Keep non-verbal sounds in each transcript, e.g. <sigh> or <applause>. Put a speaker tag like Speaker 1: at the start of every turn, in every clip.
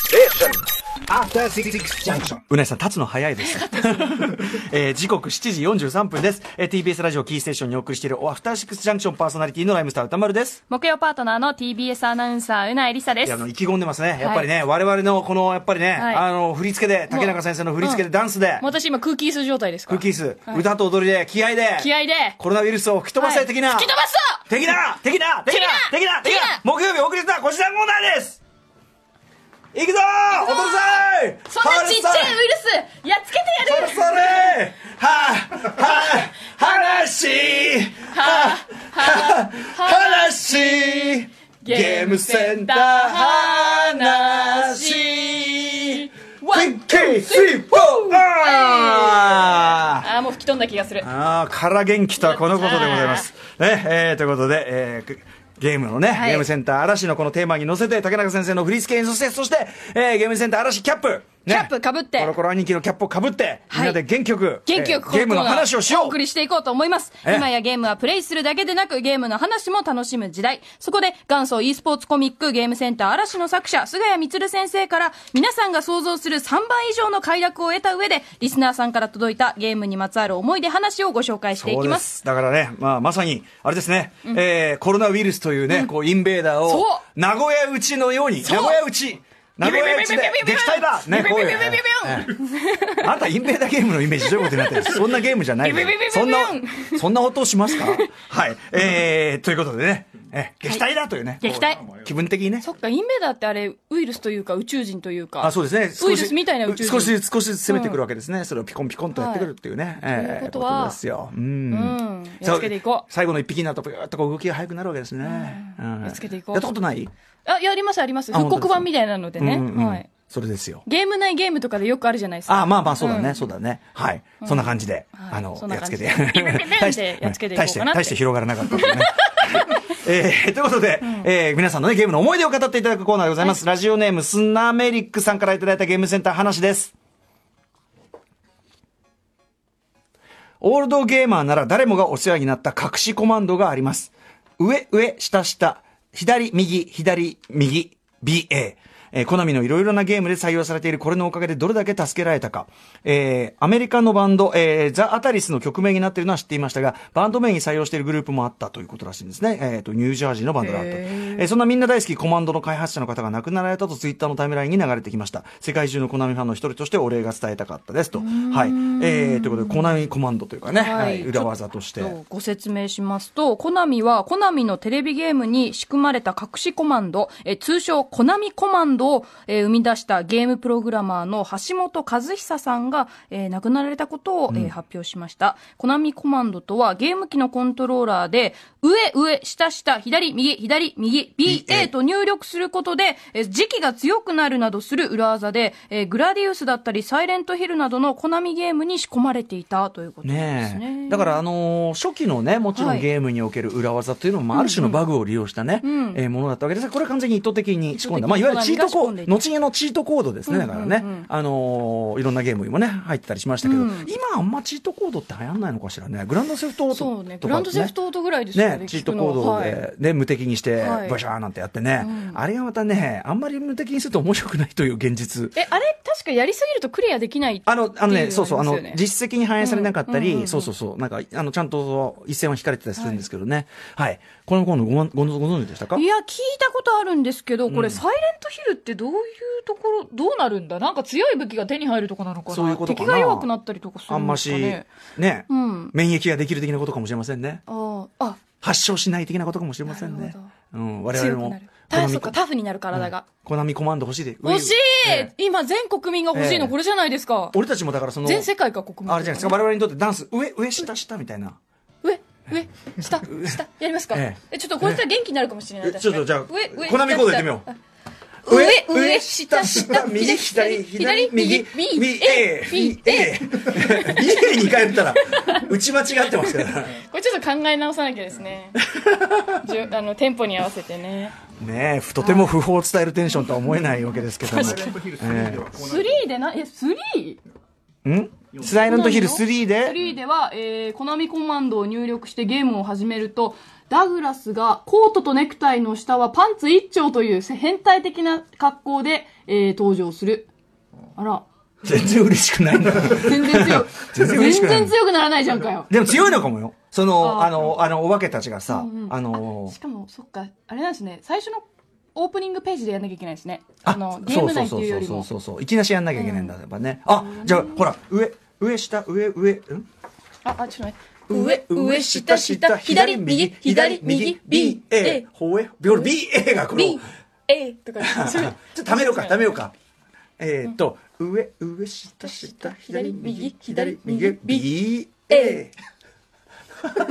Speaker 1: Station.
Speaker 2: After Six Junction.
Speaker 3: うなぎさん、立つの早い
Speaker 4: <laughs>
Speaker 3: です。えー時刻7時43分です。えー TBS ラジオキーステーションにお送りしているおアフターシックスジャンクションパーソナリティのライムスター歌丸です。
Speaker 4: 木曜パートナーの TBS アナウンサーうなえりさで
Speaker 3: い
Speaker 4: す
Speaker 3: や、あの、意気込んでますね。やっぱりね、我々のこの、やっぱりね、
Speaker 4: はい
Speaker 3: あの、振り付けで、竹中先生の振り付けで、
Speaker 4: うん
Speaker 3: ダンスで、
Speaker 4: 私今空気椅子状態ですか
Speaker 3: クッ
Speaker 4: ら
Speaker 3: キース、歌と踊りで、気合で、
Speaker 4: 気合で
Speaker 3: コロナウイルスを吹き飛ばせ的な、
Speaker 4: はい吹き飛ばすぞ
Speaker 3: 的な的な的な的な的
Speaker 4: 的な
Speaker 3: な木曜日お送りしたご時短コーナーです行くぞー踊るぞー
Speaker 4: そんなちっちゃいウイルスやっつけてやる
Speaker 3: それはは話はは話ゲームセンター話ワン、ツー、スリー、フォーあー
Speaker 4: ああもう吹き飛んだ気がする
Speaker 3: あー、から元気とはこのことでございます。ね、えーということで、えーくゲームのね、
Speaker 4: い
Speaker 3: ゲームセンター嵐のこのテーマに乗せて、竹中先生の振り付けに乗せて、そして、えーゲームセンター嵐キャップ、ね
Speaker 4: キャップかぶって
Speaker 3: コロコロ兄貴のキャップをかぶって、みんなで元気よく、
Speaker 4: 元気よ
Speaker 3: え
Speaker 4: く
Speaker 3: ーゲームの話をしよ
Speaker 4: お
Speaker 3: う
Speaker 4: 送りしていこうと思います
Speaker 3: え
Speaker 4: 今やゲームはプレイするだけでなくゲームの話も楽しむ時代そこで元祖 e スポーツコミックゲームセンター嵐の作者菅谷満先生から皆さんが想像する3倍以上の快楽を得た上でリスナーさんから届いたゲームにまつわる思い出話をご紹介していきます
Speaker 3: そうでだからね、まあ、まさに、あれですね、えーコロナウイルスというね、こう、インベーダー
Speaker 4: そう
Speaker 3: を、名古屋打ちのように、名古屋打ち、名古屋打ちで撃退だね、こういう。えーあなた、インベーダーゲームのイメージ、どういうことになってるんですかそんなゲームじゃないのよ
Speaker 4: ビビビビビ
Speaker 3: そんな、そんな音をしますかはい。えー、ということでね、えー撃退だというね、
Speaker 4: 撃退
Speaker 3: こう気分的にね。
Speaker 4: そっかインベーダーってあれウイルスというか宇宙人というか
Speaker 3: あそうですね
Speaker 4: ウイルスみたいな宇宙人
Speaker 3: 少しずつ少しずつ攻めてくるわけですね、それをピコンピコンとやってくるっていうね、え
Speaker 4: という
Speaker 3: ー
Speaker 4: ことは
Speaker 3: ことですよ、うん
Speaker 4: うんやっつけていこう
Speaker 3: 最後の一匹になると、ピューっとこう動きが速くなるわけですね。うん
Speaker 4: やっつけていこう
Speaker 3: やったことない
Speaker 4: あやりますあります
Speaker 3: あ本
Speaker 4: 復
Speaker 3: 当です
Speaker 4: 刻版みたいなのでね、
Speaker 3: うんうんうん
Speaker 4: はい、
Speaker 3: それですよ。
Speaker 4: ゲーム内ゲームとかでよくあるじゃないですか
Speaker 3: あまあまあ、そうだね、
Speaker 4: ん
Speaker 3: そうだね。はい。そんな感じで、
Speaker 4: はい
Speaker 3: あの
Speaker 4: そ、んな
Speaker 3: やっつ
Speaker 4: 感
Speaker 3: け
Speaker 4: じ
Speaker 3: て。
Speaker 4: でビビビビビンってやっつけてい
Speaker 3: <laughs>
Speaker 4: こ
Speaker 3: 大
Speaker 4: う
Speaker 3: して、
Speaker 4: かなって
Speaker 3: 大して広がらなかったですね。 <laughs> えーということで、えー皆さんのね、ゲームの思い出を語っていただくコーナーでございます。ラジオネーム、スナメリックさんからいただいたゲームセンター話です。オールドゲーマーなら誰もがお世話になった隠しコマンドがあります。上、上、下、下、左、右、左、右、BA。えーコナミのいろいろなゲームで採用されているこれのおかげでどれだけ助けられたか。えーアメリカのバンド、えーザ・アタリスの曲名になっているのは知っていましたが、バンド名に採用しているグループもあったということらしいんですね。えっ、と、ニュージャージーのバンドだった。えーそんなみんな大好きコマンドの開発者の方が亡くなられたとツイッターのタイムラインに流れてきました。世界中のコナミファンの一人としてお礼が伝えたかったですと。はい。えーということで、コナミコマンドというかね、
Speaker 4: はい
Speaker 3: はい、裏技として。
Speaker 4: そうご説明しますと、コナミは、コナミのテレビゲームに仕組まれた隠しコマンド、えー通称、コナミコマンドを、えー生み出したゲームプログラマーの橋本和久さんが、えー亡くなられたことを、えー発表しました。コナミコマンドとは、ゲーム機のコントローラーで、上、上、下、下、左、右、左、右、BA と入力することで、えー磁気が強くなるなどする裏技で、えーグラディウスだったり、サイレントヒルなどのコナミゲームに仕込まれていたということです
Speaker 3: ね
Speaker 4: ね。
Speaker 3: えだから、あのー初期のねもちろ
Speaker 4: は
Speaker 3: ん
Speaker 4: い
Speaker 3: ゲームにおける裏技というのも、まあある種のバグを利用したね、
Speaker 4: ん
Speaker 3: えーものだったわけですがこれは完全に意図的に仕込んだ、
Speaker 4: 意図的に
Speaker 3: まあ、いわゆるチートコー
Speaker 4: コナミが仕込んでいた
Speaker 3: 後にのチートコードですねだからね、
Speaker 4: うんうんうん
Speaker 3: あのーいろんなゲームにもね入ってたりしましたけど、
Speaker 4: うん
Speaker 3: 今あんまチートコードって流行んないのかしらねグランドセフトオート
Speaker 4: そうね、
Speaker 3: と
Speaker 4: グ
Speaker 3: か
Speaker 4: ランドセフトオートぐらいですよね
Speaker 3: ね、チートコードで、
Speaker 4: 聞くのは
Speaker 3: ね、無敵にして
Speaker 4: はい、
Speaker 3: バシャーなんてやってね、
Speaker 4: うん
Speaker 3: あれがまたね、あんまり無敵にすると面白くないという現実。
Speaker 4: え、あれ、確かやりすぎるとクリアできないってい
Speaker 3: あの、あのね、そうそう、あの
Speaker 4: りますよね、
Speaker 3: 実績に反映されなかった
Speaker 4: うんうんうんう
Speaker 3: り、
Speaker 4: ん
Speaker 3: そうそうそう、なんか、あの、ちゃんと一線は引かれてたりするんですけどね。はい。この今度ごまごご存知でしたか
Speaker 4: いや、聞いたことあるんですけど、これ、サイレントヒルってどういうところ、どうなるんだなんか強い武器が手に入るとかなのかな
Speaker 3: そういうことかな
Speaker 4: 敵が弱くなったりとかす
Speaker 3: あ
Speaker 4: る
Speaker 3: ん
Speaker 4: ん
Speaker 3: ま
Speaker 4: です
Speaker 3: し
Speaker 4: かね。、
Speaker 3: ね、
Speaker 4: うん。
Speaker 3: 免疫ができる的なことかもしれませんね。
Speaker 4: あーあ、
Speaker 3: 発症しない的なことかもしれません
Speaker 4: な
Speaker 3: ね
Speaker 4: る
Speaker 3: う
Speaker 4: ほ。
Speaker 3: ん、我々
Speaker 4: 強くな
Speaker 3: も
Speaker 4: る。。
Speaker 3: コナ
Speaker 4: た
Speaker 3: ミ
Speaker 4: そっか、タフになる体が。
Speaker 3: コナミコマンド欲しいで。
Speaker 4: 欲しい
Speaker 3: ええ
Speaker 4: 今、全国民が欲しい
Speaker 3: え
Speaker 4: の
Speaker 3: え
Speaker 4: これじゃないですか。
Speaker 3: 俺たちもだからその、
Speaker 4: 全世界か、国民。
Speaker 3: あれじゃないですか、我々にとってダンス、上、上、下、下みたいな。
Speaker 4: 上、上、下、下、やりますか
Speaker 3: え
Speaker 4: え、ちょっとこいつは元気になるかもしれない。
Speaker 3: えちょっとじゃあ
Speaker 4: 上、上、
Speaker 3: コナミコードやってみよう
Speaker 4: う上、上、下、下、右、左、左、右、右、
Speaker 3: 右、
Speaker 4: A、
Speaker 3: B
Speaker 4: B、、
Speaker 3: A
Speaker 4: A。。
Speaker 3: A に変えたら、打ち間違ってますから。
Speaker 4: これちょっと考え直さなきゃですね。じゅあの、テンポに合わせて
Speaker 3: <laughs>
Speaker 4: ね。
Speaker 3: ねえ、とても不法を伝えるテンションとは思えないわけですけども。
Speaker 2: ヒルスリーではこうなる
Speaker 4: 3でな、え、3?
Speaker 3: んスライレントヒル3で、
Speaker 4: 3では、えー、コナミコマンドを入力してゲームを始めると、ダグラスがコートとネクタイの下はパンツ一丁という変態的な格好で、えー、登場する。あら、
Speaker 3: 全然嬉しくないんだ
Speaker 4: 全然強く、
Speaker 3: <laughs> 全然嬉しく
Speaker 4: 全
Speaker 3: ない
Speaker 4: 然強くならないじゃんかよ。
Speaker 3: でも強いのかもよ。その、
Speaker 4: あー
Speaker 3: あの、あの、お化けたちがさ、
Speaker 4: うんうん
Speaker 3: あの
Speaker 4: しかも、そっか、あれなんですね、最初のオープニングページでやんなきゃいけないですね。
Speaker 3: あ
Speaker 4: あの、ゲーム内っていうより
Speaker 3: そう
Speaker 4: も。
Speaker 3: そうそうそうそう。いきなしやんなきゃいけないんだ、やっぱね。あ、じゃあ、ほら、上、上、下、上、上、ん
Speaker 4: あ、あ、ちょっと待って。
Speaker 1: 上、上、下、下、左、右、左、右、B、A、
Speaker 3: ほえ、俺 BA がこの、
Speaker 1: B、A とか。
Speaker 3: <laughs> ちょっとためようか、ためようか。えーっと、上、上、下、下、左、右、左、右、B、A。
Speaker 1: もう一回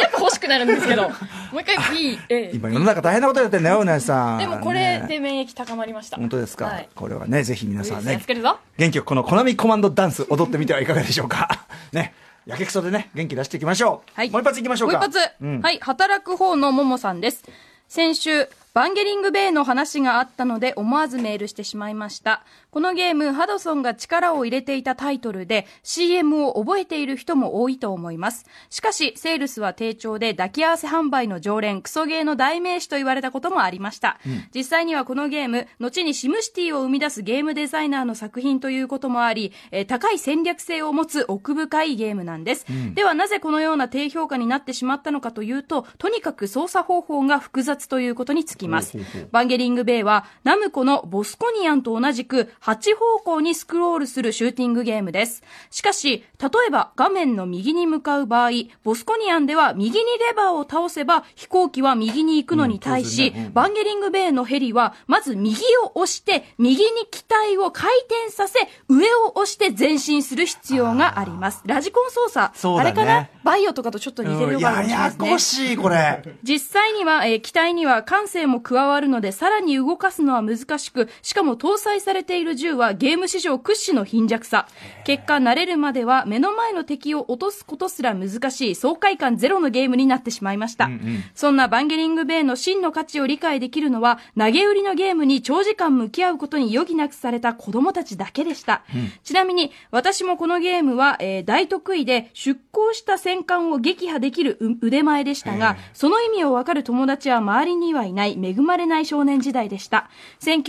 Speaker 1: やっぱ欲しくなるんですけ
Speaker 3: <laughs>
Speaker 1: ど。もう一回 B、A。
Speaker 3: 今世の中大変なことやってんだよ、うなえさん。
Speaker 1: でもこれ
Speaker 3: ね
Speaker 1: で免疫高まりました。
Speaker 3: 本当です
Speaker 1: は
Speaker 3: か
Speaker 1: い。。
Speaker 3: これはね、ぜひ皆さんね
Speaker 1: 気をつ、けるぞ。
Speaker 3: 元気よくこのコナミコマンドダンス踊ってみてはいかがでしょうか。 <laughs> ね。やけくそでね、元気出していきましょう。
Speaker 4: はい
Speaker 3: もう一発いきましょうか。
Speaker 4: もう一発、
Speaker 3: うん
Speaker 4: はい、働く方のももさんです。先週、バンゲリングベイの話があったので思わずメールしてしまいました。このゲーム、ハドソンが力を入れていたタイトルで CM を覚えている人も多いと思います。しかし、セールスは低調で抱き合わせ販売の常連、クソゲーの代名詞と言われたこともありました。実際にはこのゲーム、後にシムシティを生み出すゲームデザイナーの作品ということもあり、えー高い戦略性を持つ奥深いゲームなんです。ではなぜこのような低評価になってしまったのかというと、とにかく操作方法が複雑ということにつきます。バンゲリングベイは、ナムコのボスコニアンと同じく、8方向にスクロールするシューティングゲームです。しかし、例えば画面の右に向かう場合、ボスコニアンでは右にレバーを倒せば飛行機は右に行くのに対し、バンゲリングベイのヘリは、まず右を押して、右に機体を回転させ、上を押して前進する必要があります。ラジコン操作、
Speaker 3: そうだ
Speaker 4: あ
Speaker 3: ね
Speaker 4: れかなバイオとかとちょっと似てる
Speaker 3: うんいう
Speaker 4: よな
Speaker 3: や、
Speaker 4: 感じ
Speaker 3: ややこ
Speaker 4: ですね。
Speaker 3: しい、これ。
Speaker 4: 実際には、えー機体には感性も加わるので、さらに動かすのは難しく、しかも搭載されている銃はゲーム史上屈指の貧弱さ。結果、慣れるまでは目の前の敵を落とすことすら難しい、爽快感ゼロのゲームになってしまいました。そんなバンゲリングベイの真の価値を理解できるのは、投げ売りのゲームに長時間向き合うことに余儀なくされた子供たちだけでした。ちなみに、私もこのゲームは、えー大得意で、出航した戦艦を撃破できるう腕前でしたが、その意味をわかる友達は周りにはいない、恵まれない少年時代でした。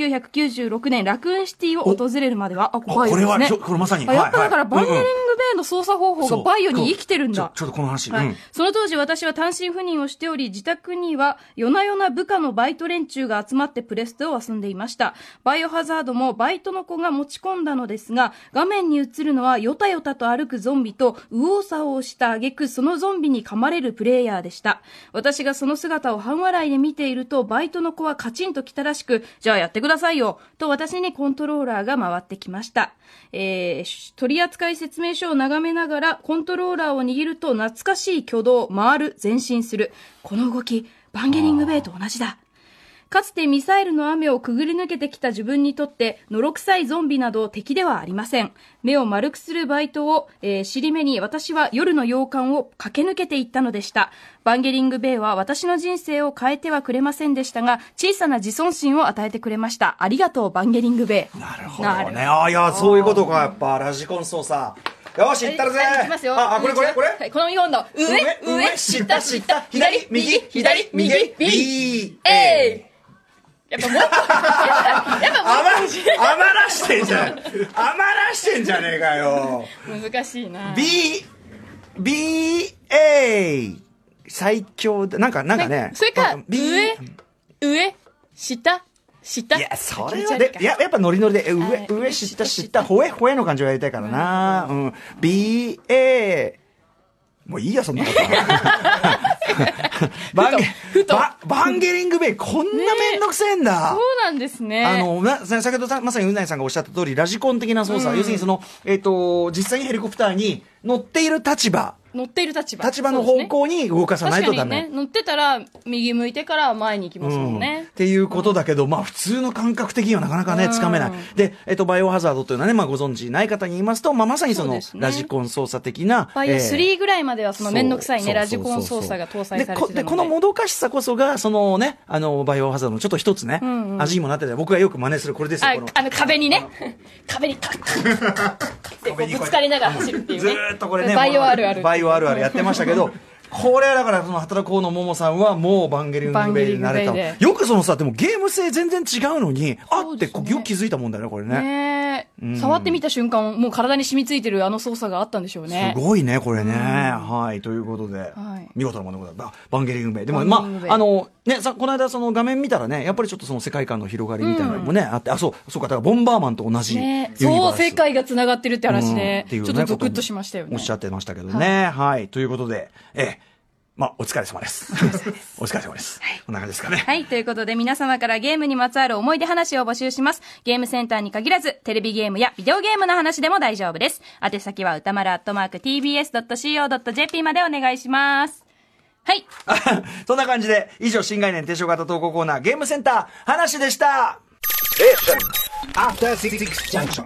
Speaker 4: 1996年、ラクーンシティを訪れるまでは、あ、怖いですね。
Speaker 3: これはちょこれまさに
Speaker 4: あやっぱ
Speaker 3: はいはい
Speaker 4: だから、バンゲリングベイの操作方法がバイオに
Speaker 3: そう
Speaker 4: 生きてるん
Speaker 3: ちょ
Speaker 4: だ。
Speaker 3: ちょっとこの話。
Speaker 4: はい
Speaker 3: うん
Speaker 4: その当時私は単身赴任をしており、自宅には夜な夜な部下のバイト連中が集まってプレステを遊んでいました。バイオハザードもバイトの子が持ち込んだのですが、画面に映るのはヨタヨタと歩くゾンビと右往左往した挙句そのゾンビに噛まれるプレイヤーでした。私がその姿を半笑いで見ていると、バイトの子はカチンと来たらしく、じゃあやってくださいよと私にコントローラーが回ってきました。えー、取扱説明書を眺めながら、コントローラーを握ると懐かしい挙動、回る、前進する。この動き、バンゲリングベイと同じだ。かつてミサイルの雨をくぐり抜けてきた自分にとって、のろくさいゾンビなど敵ではありません。目を丸くするバイトを、えー尻目に私は夜の洋館を駆け抜けていったのでした。バンゲリングベイは私の人生を変えてはくれませんでしたが、小さな自尊心を与えてくれました。ありがとう、バンゲリングベイ。
Speaker 3: なるほどね。ああ、いや、そういうことか、やっぱ、ラジコン操作。よし、いったるぜ。
Speaker 4: はいいきますよ。
Speaker 3: あ、あこれこれこれ。
Speaker 4: はい、この今度。上、上、下、下、左、右、左、右、B。
Speaker 3: B。
Speaker 1: A。やっぱもう一回やっぱ
Speaker 3: 余余らしてんじゃん。余らしてんじゃねえかよ。
Speaker 1: もう難しいな。
Speaker 3: <laughs> B、B、A。最強だ。なんか、なんかね。
Speaker 1: それか
Speaker 3: なん、B
Speaker 1: 上、上、下、下。
Speaker 3: いや、それ
Speaker 1: 気持
Speaker 3: は
Speaker 1: ち悪い
Speaker 3: で
Speaker 1: か、
Speaker 3: ややっぱノリノリで、え上
Speaker 1: い、
Speaker 3: 上、下、下、ほえ、ほえの感じをやりたいからな。うん。B、A、もういいや、そんなこと
Speaker 1: <laughs>
Speaker 3: は。バンゲ
Speaker 1: ふと
Speaker 3: ババンゲリングベイ、こんなめんどくせえんだ。
Speaker 1: そうなんですね。
Speaker 3: あの、なさ先ほどさまさにうないさんがおっしゃった通り、ラジコン的な操作、要するにその、えっ、と、実際にヘリコプターに乗っている立場
Speaker 1: 乗っている立場。
Speaker 3: 立場の方
Speaker 1: そう
Speaker 3: 向に動か
Speaker 1: です
Speaker 3: さ
Speaker 1: ね
Speaker 3: ないと
Speaker 1: 確か
Speaker 3: ダ
Speaker 1: に
Speaker 3: メ
Speaker 1: ね、。乗ってたら、右向いてから前に行きますもん
Speaker 3: うんっ
Speaker 1: ね。
Speaker 3: ていうことだけど、まあ普通の感覚的にはなかなかね、
Speaker 4: うん
Speaker 3: つかめない。で、えっと、バイオハザードというのはね、まあご存知ない方に言いますと、まあまさにそ
Speaker 1: そう
Speaker 3: の
Speaker 1: ですね
Speaker 3: ラジコン操作的な。
Speaker 1: バイオ
Speaker 3: えー
Speaker 1: 3ぐらいまでは、その面倒くさい
Speaker 3: そう
Speaker 1: ね、ラジコン操作が搭載されてたので。
Speaker 3: でこでこのもどかしさこそが、そのね、あの、バイオハザードのちょっと一つね、
Speaker 4: んうん
Speaker 3: 味にもなってて、僕がよく真似するこれですよ、
Speaker 1: あ
Speaker 3: この。
Speaker 1: あの壁にね、壁にカッカッカッカッカッカッってこ
Speaker 3: <laughs> 壁
Speaker 1: う
Speaker 3: にこうやって
Speaker 1: ぶつかりながら走るっていう
Speaker 3: ず
Speaker 1: ね。
Speaker 3: ーっとこれね、
Speaker 1: バイオあるある。
Speaker 3: バイオあるあるやってました
Speaker 1: <laughs>
Speaker 3: けど、これはだから、その、働こうのももさんは、もうバンゲリングベイになれた
Speaker 4: バンゲリングベイ
Speaker 3: の。よくそのさ、でもゲーム性全然違うのに、あ
Speaker 4: そ
Speaker 3: っ
Speaker 4: う
Speaker 3: て、
Speaker 4: です
Speaker 3: こ
Speaker 4: ね
Speaker 3: うよく気づいたもんだよね、これね。
Speaker 4: ねえ
Speaker 3: ん
Speaker 4: 触ってみた瞬間、もう体に染みついてるあの操作があったんでしょうね。
Speaker 3: すごいね、これね。はい、ということで
Speaker 4: はい、
Speaker 3: 見事なものでございます。ババンゲリングベイ。でも、
Speaker 4: バン
Speaker 3: ま
Speaker 4: ゲリングベイ
Speaker 3: あ、あの、ね、さ、この間、その画面見たらね、やっぱりちょっとその世界観の広がりみたいなのもね、あって、あ、そう、そうか、だから、ボンバーマンと同じユニバ
Speaker 4: ね
Speaker 3: ース。
Speaker 4: そう、世界が繋がってるって話
Speaker 3: う
Speaker 4: で
Speaker 3: ん、って
Speaker 4: ち
Speaker 3: い
Speaker 4: ょ
Speaker 3: う
Speaker 4: っ
Speaker 3: ね
Speaker 4: とゾクッとしましたよね。
Speaker 3: おっしゃってましたけどね。はい。ということで、ええ、まあ、お疲れ様です。 <laughs> お疲れ様です。こんな感じですかね。
Speaker 4: はい。ということで皆様からゲームにまつわる思い出話を募集します。ゲームセンターに限らず、テレビゲームやビデオゲームの話でも大丈夫です。宛先は歌丸アットマーク tbs.co.jp までお願いします。はい。
Speaker 3: <laughs> そんな感じで、以上、新概念提唱型投稿コーナー、ゲームセンター、話でした
Speaker 2: After Six Junction.